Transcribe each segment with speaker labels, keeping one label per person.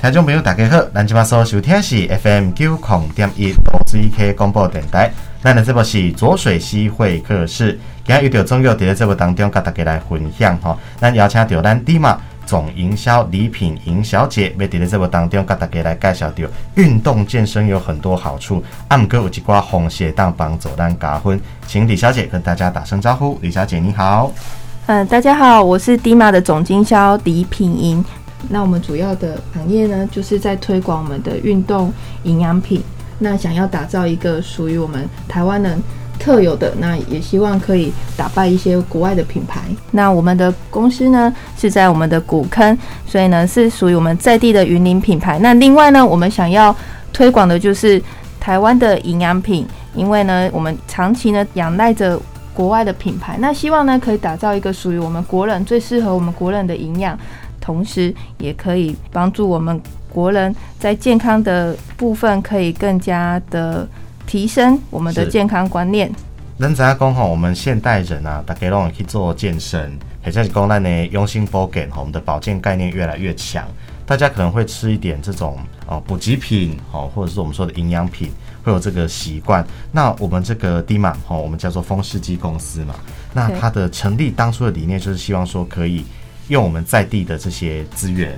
Speaker 1: 听众朋友大家好，咱今麦所收听的是 FM 九零点一罗斯 K 广播电台，咱的节目是浊水溪会客室，今日有着中药伫咧节目当中，甲大家来分享吼，咱邀请到咱弟嘛。总营销礼品营小姐，要伫咧节目当中，甲大家来介绍到运动健身有很多好处，啊，毋过有一寡风险当帮助咱加分，请李小姐跟大家打声招呼。李小姐你好，
Speaker 2: 嗯，大家好，我是 DIMA 的总经销李品莹。那我们主要的行业呢，就是在推广我们的运动营养品。那想要打造一个属于我们台湾人特有的，那也希望可以打败一些国外的品牌。那我们的公司呢是在我们的古坑，所以呢是属于我们在地的云林品牌。那另外呢，我们想要推广的就是台湾的营养品，因为呢我们长期呢仰赖着国外的品牌，那希望呢可以打造一个属于我们国人最适合我们国人的营养，同时也可以帮助我们国人在健康的部分可以更加的提升我们的
Speaker 1: 是
Speaker 2: 健康观念。
Speaker 1: 咱知影讲吼，我们现代人啊，大家拢会去做健身，或者是讲咱的用心保健吼，我们的保健概念越来越强，大家可能会吃一点这种哦补给品哦，或者是我们说的营养品，会有这个习惯。那我们这个 d 玛吼，我们叫做风世纪公司嘛，那
Speaker 2: 对
Speaker 1: 它的成立当初的理念就是希望说可以用我们在地的这些资源，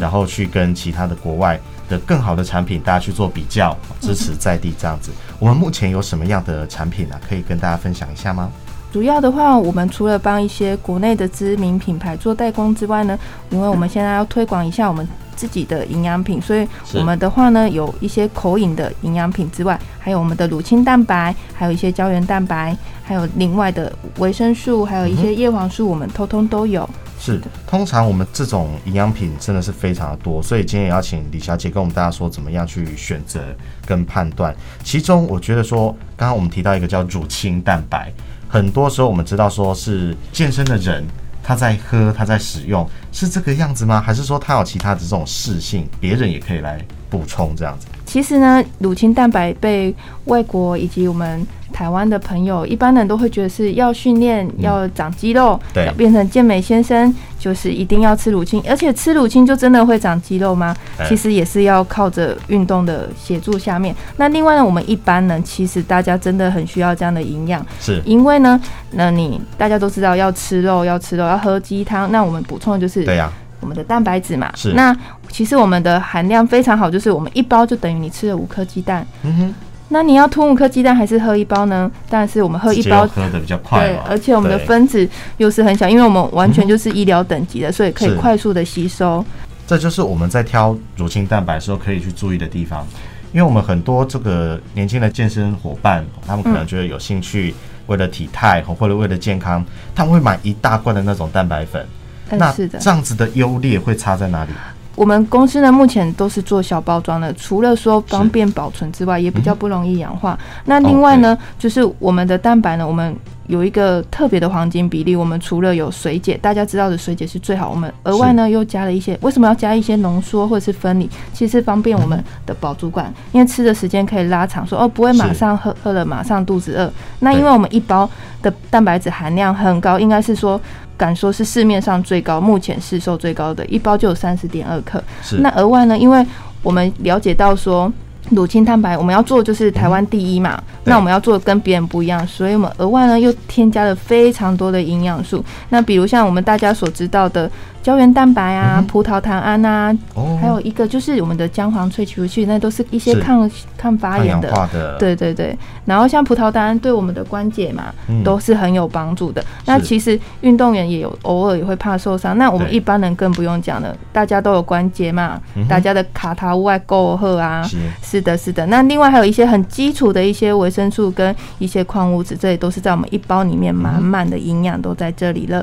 Speaker 1: 然后去跟其他的国外的更好的产品，大家去做比较，支持在地这样子。我们目前有什么样的产品啊，可以跟大家分享一下吗？
Speaker 2: 主要的话，我们除了帮一些国内的知名品牌做代工之外呢，因为我们现在要推广一下我们自己的营养品，所以
Speaker 1: 是
Speaker 2: 我们的话呢，有一些口饮的营养品之外，还有我们的乳清蛋白，还有一些胶原蛋白，还有另外的维生素，还有一
Speaker 1: 嗯
Speaker 2: 些叶黄素，我们通通都有。
Speaker 1: 是，通常我们这种营养品真的是非常的多，所以今天也要请李小姐跟我们大家说怎么样去选择跟判断。其中我觉得说，刚刚我们提到一个叫乳清蛋白，很多时候我们知道说是健身的人他在喝，他在使用，是这个样子吗？还是说他有其他的这种适性，别人也可以来补充这样子？
Speaker 2: 其实呢，乳清蛋白被外国以及我们台湾的朋友，一般人都会觉得是要训练、要长肌肉，
Speaker 1: 对
Speaker 2: 要变成健美先生，就是一定要吃乳清。而且吃乳清就真的会长肌肉吗？
Speaker 1: 哎
Speaker 2: 其实也是要靠着运动的协助下面。那另外呢，我们一般人其实大家真的很需要这样的营养，
Speaker 1: 是
Speaker 2: 因为呢，那你大家都知道要吃肉，要吃肉，要喝鸡汤，那我们补充的就是
Speaker 1: 对呀、
Speaker 2: 我们的蛋白质嘛。
Speaker 1: 是
Speaker 2: 那其实我们的含量非常好，就是我们一包就等于你吃了五颗鸡蛋。
Speaker 1: 嗯哼，
Speaker 2: 那你要吞五颗鸡蛋还是喝一包呢？当然是我们喝一
Speaker 1: 直接
Speaker 2: 包。
Speaker 1: 喝的比较快
Speaker 2: 对
Speaker 1: 嘛，，
Speaker 2: 而且我们的
Speaker 1: 对
Speaker 2: 分子又是很小，因为我们完全就是医疗等级的，所以可以
Speaker 1: 是
Speaker 2: 快速的吸收。
Speaker 1: 这就是我们在挑乳清蛋白的时候可以去注意的地方，因为我们很多这个年轻的健身伙伴，他们可能觉得有兴趣，为了体态或者为了健康，他们会买一大罐的那种蛋白粉。那
Speaker 2: 但哎是的，
Speaker 1: 这样子的优劣会差在哪里？
Speaker 2: 我们公司呢目前都是做小包装的，除了说方
Speaker 1: 是
Speaker 2: 便保存之外，也比较不容易氧化。那另外呢，就是我们的蛋白呢，我们有一个特别的黄金比例，我们除了有水解，大家知道的水解是最好，我们额外呢又加了一些，为什么要加一些浓缩或者是分离？其实方便我们的饱足感，因为吃的时间可以拉长，说哦不会马上喝饿了马上肚子饿。那因为我们一包的蛋白质含量很高，应该是说。敢说是市面上最高，目前市售最高的一包就有三十点二克，
Speaker 1: 是
Speaker 2: 那额外呢，因为我们了解到说。乳清蛋白我们要做就是台湾第一嘛，
Speaker 1: 对
Speaker 2: 那我们要做跟别人不一样，所以我们额外呢又添加了非常多的营养素。那比如像我们大家所知道的胶原蛋白啊、葡萄糖胺啊，
Speaker 1: 嗯哦
Speaker 2: 还有一个就是我们的姜黄萃取物去，那都是一些
Speaker 1: 是
Speaker 2: 抗抗发
Speaker 1: 抗
Speaker 2: 炎
Speaker 1: 氧
Speaker 2: 的。
Speaker 1: 化的，，
Speaker 2: 对啊对对，然后像葡萄糖胺对我们的关节嘛，
Speaker 1: 嗯
Speaker 2: 都是很有帮助的。那其实运动员也有偶尔也会怕受伤，那我们
Speaker 1: 对
Speaker 2: 一般人更不用讲了，大家都有关节嘛，
Speaker 1: 嗯哼
Speaker 2: 大家的卡塔乌外沟壑啊。
Speaker 1: 是
Speaker 2: 是的，是的。那另外还有一些很基础的一些维生素跟一些矿物质，这也都是在我们一包里面满满的营养都在这里了。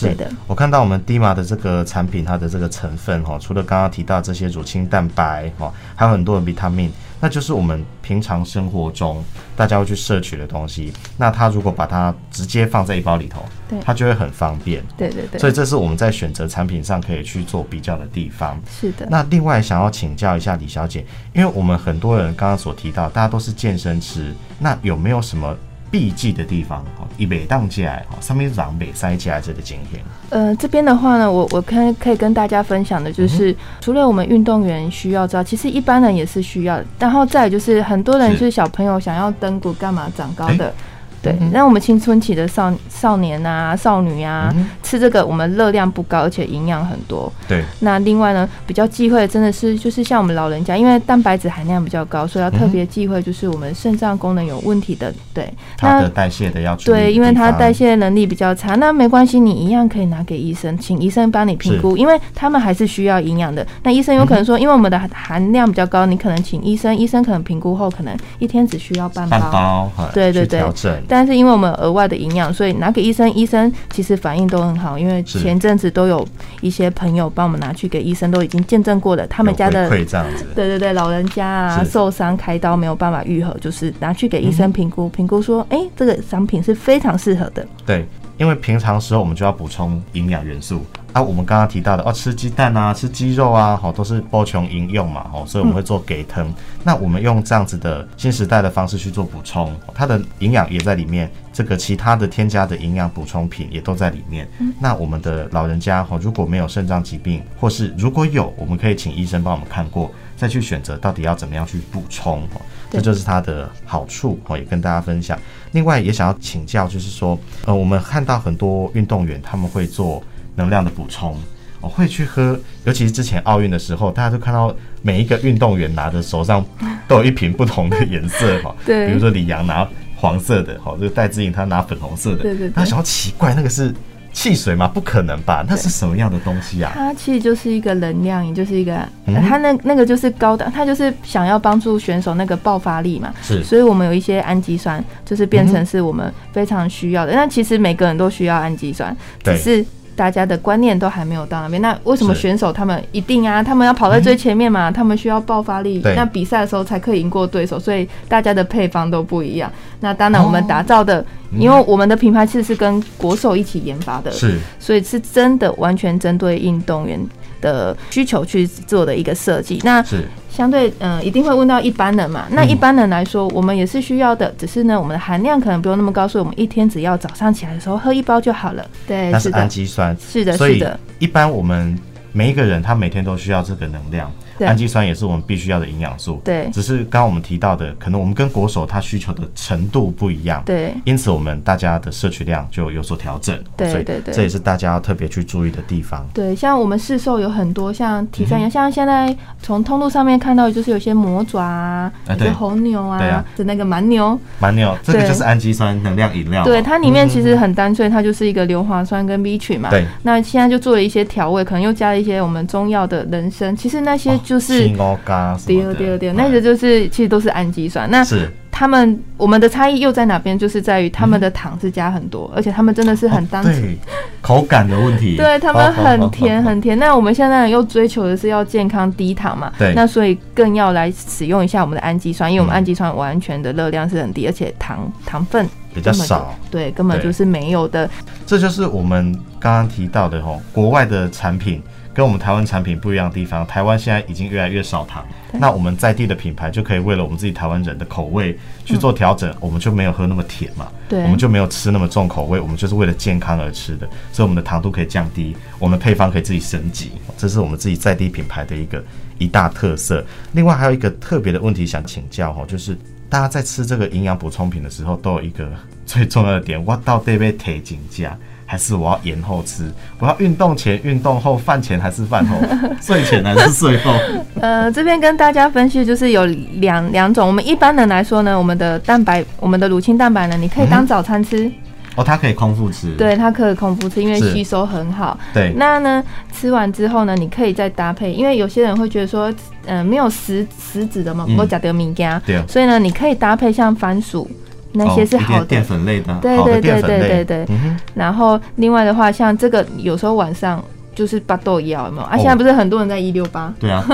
Speaker 2: 对
Speaker 1: 是
Speaker 2: 的，
Speaker 1: 我看到我们 DIMA 的这个产品，它的这个成分哈、哦，除了刚刚提到这些乳清蛋白哈、哦，还有很多的 vitamin，那就是我们平常生活中大家会去摄取的东西。那它如果把它直接放在一包里头
Speaker 2: 对，
Speaker 1: 它就会很方便。
Speaker 2: 对对对，
Speaker 1: 所以这是我们在选择产品上可以去做比较的地方。
Speaker 2: 是的。
Speaker 1: 那另外想要请教一下李小姐，因为我们很多人刚刚所提到，大家都是健身吃，那有没有什么避忌的地方，吼，伊袂当食的，吼，上面人袂使食这个情形。
Speaker 2: 呃，这边的话呢，我我看可以跟大家分享的
Speaker 1: 嗯
Speaker 2: 就是，除了我们运动员需要知道，其实一般人也是需要的。然后再来就是，很多人
Speaker 1: 是
Speaker 2: 是小朋友想要登骨干嘛长高的，对
Speaker 1: 嗯哼。
Speaker 2: 那我们青春期的少少年啊、少女啊，
Speaker 1: 嗯哼
Speaker 2: 吃这个我们热量不高，而且营养很多。
Speaker 1: 对，
Speaker 2: 那另外呢，比较忌讳的真的是就是像我们老人家，因为蛋白质含量比较高，所以要
Speaker 1: 嗯
Speaker 2: 特别忌讳就是我们肾脏功能有问题的，对。
Speaker 1: 它
Speaker 2: 那
Speaker 1: 的代谢的要注意的
Speaker 2: 对，因为
Speaker 1: 地
Speaker 2: 他
Speaker 1: 方
Speaker 2: 代谢能力比较差，那没关系，你一样可以拿给医生，请医生帮你评估，因为他们还是需要营养的。那医生有
Speaker 1: 嗯
Speaker 2: 可能说，因为我们的含含量比较高，你可能请医生，医生可能评估后可能一天只需要半包。
Speaker 1: 半包，嘿
Speaker 2: 对对
Speaker 1: 去
Speaker 2: 对
Speaker 1: 调整，
Speaker 2: 但是因为我们有额外的营养，所以拿给医生，医生其实反应都很好。因为
Speaker 1: 是
Speaker 2: 前阵子都有一些朋友帮我们拿去给医生，都已经见证过了，他们家的
Speaker 1: 有回馈这样子，
Speaker 2: 对对对，老人家啊
Speaker 1: 是嗯
Speaker 2: 受伤开刀没有办法愈合，就是拿去给医生评估，评、估说，哎、这个商品是非常适合的。
Speaker 1: 对，因为平常时候我们就要补充营养元素啊，我们刚刚提到的哦，吃鸡蛋啊，吃鸡肉啊，好、都是波穷营用嘛，哦，所以我们会做给藤、那我们用这样子的新时代的方式去做补充，哦它的营养也在里面，这个其他的添加的营养补充品也都在里面。那我们的老人家哦，如果没有肾脏疾病，或是如果有，我们可以请医生帮我们看过，再去选择到底要怎么样去补充哦。这
Speaker 2: 对
Speaker 1: 就是它的好处哦，也跟大家分享。另外也想要请教，就是说，呃，我们看到很多运动员他们会做能量的补充，哦，会去喝，尤其是之前奥运的时候，大家都看到每一个运动员拿的手 上都有一瓶不同的颜色哈，
Speaker 2: 对
Speaker 1: 比如说李阳拿黄色的，好、哦，这个戴资颖她拿粉红色的，
Speaker 2: 对对对
Speaker 1: 那想要奇怪，那个是汽水吗？不可能吧？那是什么样的东西啊？
Speaker 2: 它其实就是一个能量饮，就是一个，
Speaker 1: 嗯
Speaker 2: 呃它那那个就是高的，它就是想要帮助选手那个爆发力嘛。
Speaker 1: 是
Speaker 2: 所以我们有一些氨基酸，就是变成是我们非常需要的。那其实每个人都需要氨基酸，
Speaker 1: 嗯对
Speaker 2: 只是大家的观念都还没有到那边。那为什么
Speaker 1: 是嗯
Speaker 2: 选手他们一定啊，他们要跑在最前面嘛，他们需要爆发力
Speaker 1: 对，
Speaker 2: 那比赛的时候才可以赢过对手，所以大家的配方都不一样。那当
Speaker 1: 哦
Speaker 2: 然我们打造的，
Speaker 1: 嗯
Speaker 2: 因为我们的品牌其实是跟国手一起研发的，
Speaker 1: 是，
Speaker 2: 所以是真的完全针对运动员的需求去做的一个设计。那
Speaker 1: 是，嗯
Speaker 2: 相对，嗯、一定会问到一般人嘛。那一般人来说，我们也是需要的，只是呢，我们的含量可能不用那么高，所以我们一天只要早上起来的时候喝一包就好了。对
Speaker 1: 那，是
Speaker 2: 是
Speaker 1: 氨
Speaker 2: 的，
Speaker 1: 基酸，
Speaker 2: 是的，
Speaker 1: 所
Speaker 2: 是
Speaker 1: 以
Speaker 2: 的，
Speaker 1: 一般我们每一个人他每天都需要这个能量，
Speaker 2: 对
Speaker 1: 氨基酸也是我们必须要的营养素。
Speaker 2: 对
Speaker 1: 只是刚刚我们提到的，可能我们跟国手他需求的程度不一样。
Speaker 2: 对。
Speaker 1: 因此，我们大家的摄取量就有所调整，
Speaker 2: 对
Speaker 1: 所以
Speaker 2: 对对
Speaker 1: 这也是大家要特别去注意的地方。
Speaker 2: 对，像我们市售有很多像提
Speaker 1: 嗯
Speaker 2: 山羊，像现在从通路上面看到，就是有些魔爪啊，
Speaker 1: 啊
Speaker 2: 有
Speaker 1: 对
Speaker 2: 些红牛
Speaker 1: 对啊
Speaker 2: 啊，的那个蛮牛，
Speaker 1: 蛮牛，这个
Speaker 2: 对
Speaker 1: 就是氨基酸能量饮料嘛。
Speaker 2: 对，它里面其
Speaker 1: 嗯
Speaker 2: 实很单纯，它就是一个硫磺酸跟 B 群嘛。
Speaker 1: 对。
Speaker 2: 那现在就做了一些调味，可能又加了一些我们中药的人参，其实那些就是
Speaker 1: 哦青欧嘎什么
Speaker 2: 丢
Speaker 1: 的，哎
Speaker 2: 丢丢，那个就是其实都是氨基酸。那
Speaker 1: 是
Speaker 2: 他们我们的差异又在哪边？就是在于他们的糖是加很
Speaker 1: 嗯
Speaker 2: 多，而且他们真的是很当。
Speaker 1: 哦对口感的问题，
Speaker 2: 对他们很甜
Speaker 1: 好好好好
Speaker 2: 很甜，那我们现在又追求的是要健康低糖嘛，
Speaker 1: 对
Speaker 2: 那所以更要来使用一下我们的氨基酸，因为我
Speaker 1: 嗯
Speaker 2: 们氨基酸完全的热量是很低，而且糖糖分
Speaker 1: 比较
Speaker 2: 根本就
Speaker 1: 少，
Speaker 2: 对，根本
Speaker 1: 对
Speaker 2: 就是没有的，
Speaker 1: 这就是我们刚刚提到的吼，国外的产品跟我们台湾产品不一样的地方。台湾现在已经越来越少糖，那我们在地的品牌就可以为了我们自己台湾人的口味去做调整，我们就没有喝那么甜嘛，
Speaker 2: 对
Speaker 1: 我们就没有吃那么重口味，我们就是为了健康而吃的，所以我们的糖度可以降低，我们的配方可以自己升级，这是我们自己在地品牌的一个一大特色。另外还有一个特别的问题想请教哈，就是大家在吃这个营养补充品的时候，都有一个最重要的点，我到底被提紧价，还是我要延后吃？我要运动前、运动后、饭前还是饭 后？睡前还是睡后？
Speaker 2: 呃，这边跟大家分析就是有两两种，我们一般人来说呢，我们的蛋白，我们的乳清蛋白呢，你可以当早餐吃，
Speaker 1: 哦，它可以空腹吃。
Speaker 2: 对，它可以空腹吃，因为
Speaker 1: 是
Speaker 2: 吸收很好。
Speaker 1: 对
Speaker 2: 那呢，吃完之后呢，你可以再搭配，因为有些人会觉得说，呃，没有食食指的嘛，
Speaker 1: 嗯
Speaker 2: 我讲的米家，
Speaker 1: 对啊
Speaker 2: 所以呢，你可以搭配像番薯那
Speaker 1: 哦
Speaker 2: 些是
Speaker 1: 一定
Speaker 2: 好的
Speaker 1: 淀。粉类的，
Speaker 2: 对
Speaker 1: 好的
Speaker 2: 对
Speaker 1: 淀
Speaker 2: 对
Speaker 1: 粉
Speaker 2: 对
Speaker 1: 类。
Speaker 2: 对对，
Speaker 1: 嗯哼，
Speaker 2: 然后另外的话，像这个有时候晚上就是巴豆腰，有没有？
Speaker 1: 哦
Speaker 2: 啊，现在不是很多人在一六八，
Speaker 1: 对 啊，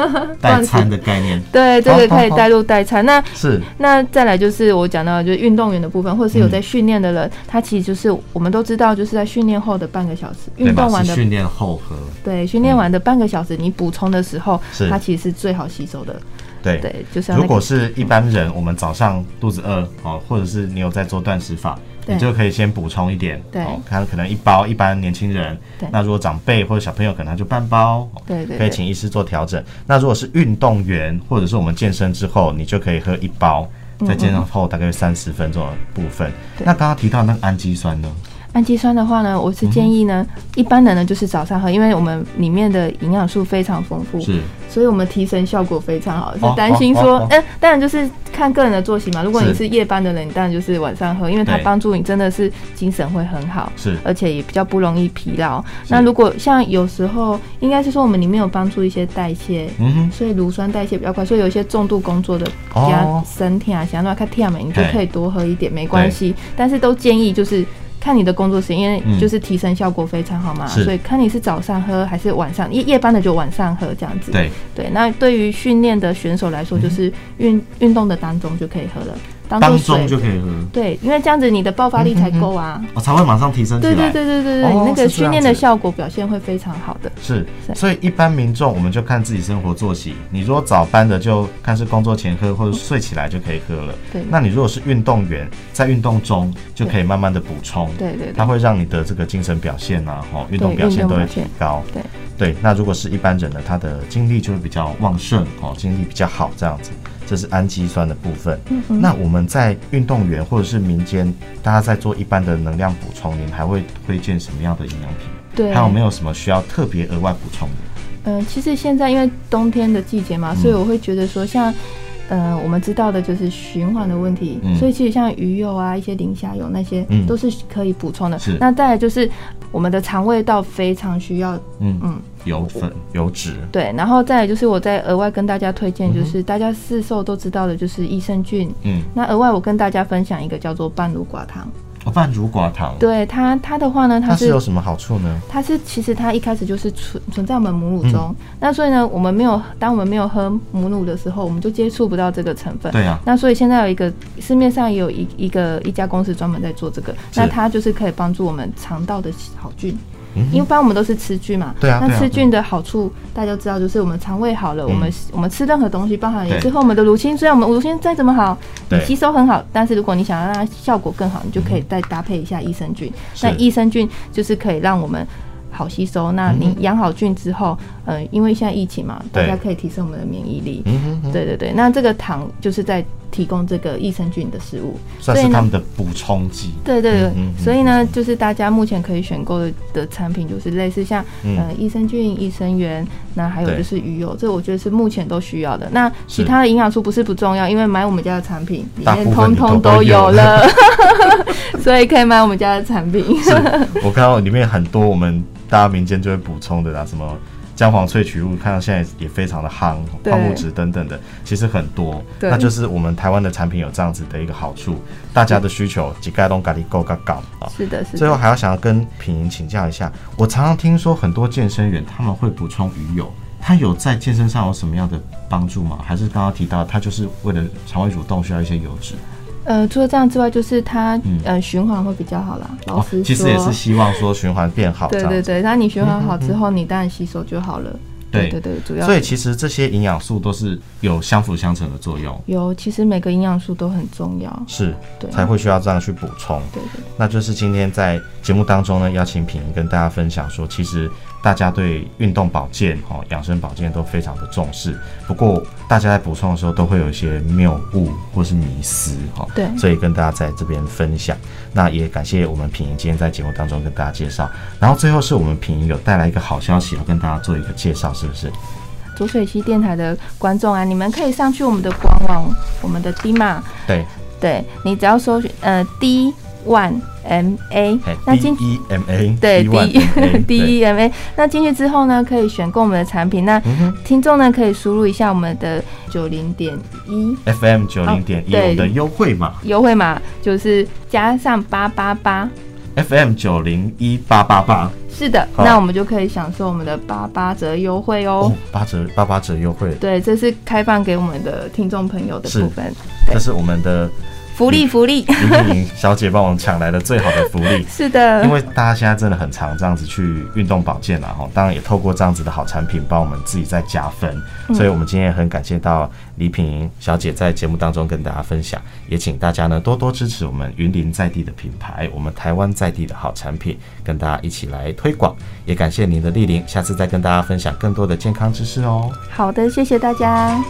Speaker 1: 代餐的概念
Speaker 2: 对，这
Speaker 1: 好
Speaker 2: 个
Speaker 1: 好
Speaker 2: 可以
Speaker 1: 好
Speaker 2: 带入代餐。那
Speaker 1: 是
Speaker 2: 那再来就是我讲到的就是运动员的部分，或者是有在训练的
Speaker 1: 嗯
Speaker 2: 人，他其实就是我们都知道，就是在训练后的半个小时，
Speaker 1: 对
Speaker 2: 运
Speaker 1: 吧？
Speaker 2: 动完
Speaker 1: 是
Speaker 2: 的
Speaker 1: 训练后喝，
Speaker 2: 对训练完的半个小时，你补充的时候
Speaker 1: 是，
Speaker 2: 它其实是最好吸收的。
Speaker 1: 对
Speaker 2: 对，就是要、那
Speaker 1: 如
Speaker 2: 个
Speaker 1: 果是一般人，我们早上肚子饿哦，或者是你有在做断食法，
Speaker 2: 对
Speaker 1: 你就可以先补充一点。
Speaker 2: 对
Speaker 1: 哦，看可能一包，一般年轻人
Speaker 2: 对，
Speaker 1: 那如果长辈或者小朋友，可能他就半包。哦
Speaker 2: 对对
Speaker 1: 可以
Speaker 2: 对
Speaker 1: 请医师做调整。那如果是运动员，或者是我们健身之后，你就可以喝一包，在健身后大概三十分钟的部分。
Speaker 2: 嗯对
Speaker 1: 那刚刚提到那个氨基酸呢？
Speaker 2: 氨基酸的话呢，我是建议
Speaker 1: 嗯
Speaker 2: 呢，一般人呢就是早上喝，因为我们里面的营养素非常丰富，
Speaker 1: 是
Speaker 2: 所以我们提神效果非常好。
Speaker 1: 哦
Speaker 2: 是担心
Speaker 1: 哦
Speaker 2: 说
Speaker 1: 哦，
Speaker 2: 嗯，当然就是看个人的作息嘛。如果你
Speaker 1: 是
Speaker 2: 是夜班的人，你当然就是晚上喝，因为它
Speaker 1: 对
Speaker 2: 帮助你真的是精神会很好。
Speaker 1: 是
Speaker 2: 而且也比较不容易疲劳。
Speaker 1: 是
Speaker 2: 那如果像有时候，应该是说我们里面有帮助一些代谢，
Speaker 1: 嗯哼，
Speaker 2: 所以乳酸代谢比较快，所以有一些重度工作的
Speaker 1: 哦
Speaker 2: 比较身体啊，想要看跳美，你就
Speaker 1: 嘿
Speaker 2: 可以多喝一点，没关系。但是都建议就是看你的工作时间，因
Speaker 1: 嗯
Speaker 2: 为就是提升效果非常好嘛，
Speaker 1: 是
Speaker 2: 所以看你是早上喝还是晚上，夜夜班的就晚上喝这样子。
Speaker 1: 对。嗯
Speaker 2: 对，那对于训练的选手来说，就是运运动的当中就可以喝了，当
Speaker 1: 当
Speaker 2: 做
Speaker 1: 中
Speaker 2: 水
Speaker 1: 就可以喝，
Speaker 2: 对，因为这样子你的爆发力才
Speaker 1: 嗯哼
Speaker 2: 够啊。
Speaker 1: 我才会马上提升起
Speaker 2: 对
Speaker 1: 来。
Speaker 2: 对对对对对，
Speaker 1: 哦
Speaker 2: 那
Speaker 1: 是
Speaker 2: 个
Speaker 1: 这样
Speaker 2: 训练的
Speaker 1: 子
Speaker 2: 效果表现会非常好的。
Speaker 1: 是，
Speaker 2: 对
Speaker 1: 所以一般民众我们就看自己生活作息。你如果早班的，就看是工作前喝或者睡起来就可以喝了。
Speaker 2: 对
Speaker 1: 那你如果是运动员，在运动中就可以慢慢的补充，
Speaker 2: 对对
Speaker 1: 它
Speaker 2: 对
Speaker 1: 会让你的这个精神表现啊，吼，运动
Speaker 2: 对
Speaker 1: 表现
Speaker 2: 运动
Speaker 1: 都会
Speaker 2: 表
Speaker 1: 提
Speaker 2: 现
Speaker 1: 高。
Speaker 2: 对
Speaker 1: 对，那如果是一般人呢，他的精力就会比较旺盛，哦，精力比较好这样子。这是氨基酸的部分。
Speaker 2: 嗯
Speaker 1: 那我们在运动员或者是民间，大家在做一般的能量补充，你们还会推荐什么样的营养品？
Speaker 2: 对。
Speaker 1: 还有没有什么需要特别额外补充的？
Speaker 2: 嗯，其实现在因为冬天的季节
Speaker 1: 嗯
Speaker 2: 嘛，所以我会觉得说像。呃，我们知道的就是循环的问题，
Speaker 1: 嗯
Speaker 2: 所以其实像鱼油啊、一些磷虾油那些，
Speaker 1: 嗯
Speaker 2: 都是可以补充的
Speaker 1: 是。
Speaker 2: 那再来就是我们的肠胃道非常需要，
Speaker 1: 嗯
Speaker 2: 嗯，
Speaker 1: 油粉、油脂，
Speaker 2: 对。然后再来就是我再额外跟大家推荐，就是、大家市售都知道的，就是益生菌。
Speaker 1: 嗯，
Speaker 2: 那额外我跟大家分享一个叫做半乳寡糖，
Speaker 1: 哦，半乳寡糖，
Speaker 2: 对它它的话呢，它
Speaker 1: 它是
Speaker 2: 是
Speaker 1: 有什么好处呢？
Speaker 2: 它是其实它一开始就是存存在我们母乳中，那所以呢，我们没有当我们没有喝母乳的时候，我们就接触不到这个成分。
Speaker 1: 对啊，
Speaker 2: 那所以现在有一个市面上也有一一个一家公司专门在做这个，
Speaker 1: 是嗯
Speaker 2: 那它就是可以帮助我们肠道的好菌，因为不然我们都是吃菌嘛。
Speaker 1: 对啊对
Speaker 2: 那
Speaker 1: 啊嗯
Speaker 2: 吃菌的好处大家都知道，就是我们肠胃好了，我们我们吃任何东西，包含
Speaker 1: 对
Speaker 2: 也是和我们的乳清，虽然我们乳清再怎么好，
Speaker 1: 对
Speaker 2: 你吸收很好，但是如果你想要让它效果更好，你就可以再搭配一下益生菌。
Speaker 1: 嗯是
Speaker 2: 那益生菌就是可以让我们。好吸收。那你养好菌之后，呃，因为现在疫情嘛，大
Speaker 1: 嗯对
Speaker 2: 家可以提升我们的免疫力。
Speaker 1: 嗯哼哼，
Speaker 2: 对对对，那这个糖就是在提供这个益生菌的食物，
Speaker 1: 算是
Speaker 2: 所以呢
Speaker 1: 他们的补充 剂。
Speaker 2: 对对对，
Speaker 1: 嗯嗯嗯
Speaker 2: 所以呢，就是大家目前可以选购的的产品，就是类似像、
Speaker 1: 嗯
Speaker 2: 呃益生菌、益生元，那还有
Speaker 1: 对
Speaker 2: 就是鱼油，这我觉得是目前都需要的。那其
Speaker 1: 是
Speaker 2: 他的营养素不是不重要，因为买我们家的产品里
Speaker 1: 大部
Speaker 2: 面
Speaker 1: 分
Speaker 2: 通
Speaker 1: 你
Speaker 2: 通
Speaker 1: 都
Speaker 2: 都
Speaker 1: 有
Speaker 2: 有了， 所以可以买我们家的产品。
Speaker 1: 是，我看到里面很多我们大家民间就会补充的啦，什么姜黄萃取物，看到现在也非常的夯，
Speaker 2: 对
Speaker 1: 矿物质等等的，其实很多。
Speaker 2: 对
Speaker 1: 那就是我们台湾的产品有这样子的一个好处，大家的需求几盖东咖喱够嘎搞啊。
Speaker 2: 是的，是
Speaker 1: 最后
Speaker 2: 的，
Speaker 1: 还要想要跟品莹请教一下，我常常听说很多健身员他们会补充鱼油，它有在健身上有什么样的帮助吗？还是刚刚提到它就是为了肠胃蠕动需要一些油脂？
Speaker 2: 呃，除了这样之外，就是它、呃循环会比较好啦。老师说，
Speaker 1: 嗯哦其实也是希望说循环变好这
Speaker 2: 对
Speaker 1: 样
Speaker 2: 对
Speaker 1: 子。嗯
Speaker 2: 对，那你循环好之后，你当然吸收就好了。
Speaker 1: 对
Speaker 2: 对对，主要
Speaker 1: 所以
Speaker 2: 是
Speaker 1: 其实这些营养素都是有相辅相成的作用，
Speaker 2: 有，其实每个营养素都很重要。
Speaker 1: 是
Speaker 2: 对
Speaker 1: 才会需要这样去补充。
Speaker 2: 对对
Speaker 1: 那就是今天在节目当中呢，邀请品莹跟大家分享说，其实大家对运动保健、哦养生保健都非常的重视，不过大家在补充的时候都会有一些谬误或是迷思哈。哦
Speaker 2: 对
Speaker 1: 所以跟大家在这边分享。那也感谢我们品莹今天在节目当中跟大家介绍。然后最后是我们品莹有带来一个好消息要跟大家做一个介绍，是不是？
Speaker 2: 浊水溪电台的观众啊，你们可以上去我们的官网，我们的 DMA，
Speaker 1: 对，
Speaker 2: 对你只要搜寻呃 D One M A，
Speaker 1: 嘿
Speaker 2: 那进
Speaker 1: D E M A
Speaker 2: 对
Speaker 1: D
Speaker 2: D
Speaker 1: E
Speaker 2: D E M A，那进去之后呢，可以选购我们的产品。那
Speaker 1: 嗯
Speaker 2: 听众呢，可以输入一下我们的九零点一
Speaker 1: FM 九零点一，
Speaker 2: 哦
Speaker 1: 我们的优惠码
Speaker 2: 优惠码，就是加上八八八。
Speaker 1: FM 九零一八八八
Speaker 2: 是的，
Speaker 1: 好
Speaker 2: 那我们就可以享受我们的八八折优惠
Speaker 1: 哦
Speaker 2: 哦。，
Speaker 1: 八折八八折优惠，
Speaker 2: 对，这是开放给我们的听众朋友的
Speaker 1: 是
Speaker 2: 部分。对
Speaker 1: 这是我们的
Speaker 2: 福利福利，。
Speaker 1: 林品莹小姐帮我们抢来了最好的福利
Speaker 2: 是的
Speaker 1: 因，为大家现在真的很常这样子去运动保健啦，哈，当然也透过这样子的好产品帮我们自己在加分，所以我们今天也很感谢到李品莹小姐在节目当中跟大家分享，也请大家呢多多支持我们云林在地的品牌，我们台湾在地的好产品，跟大家一起来推广，也感谢您的莅临，下次再跟大家分享更多的健康知识哦。
Speaker 2: 好的，谢谢大家。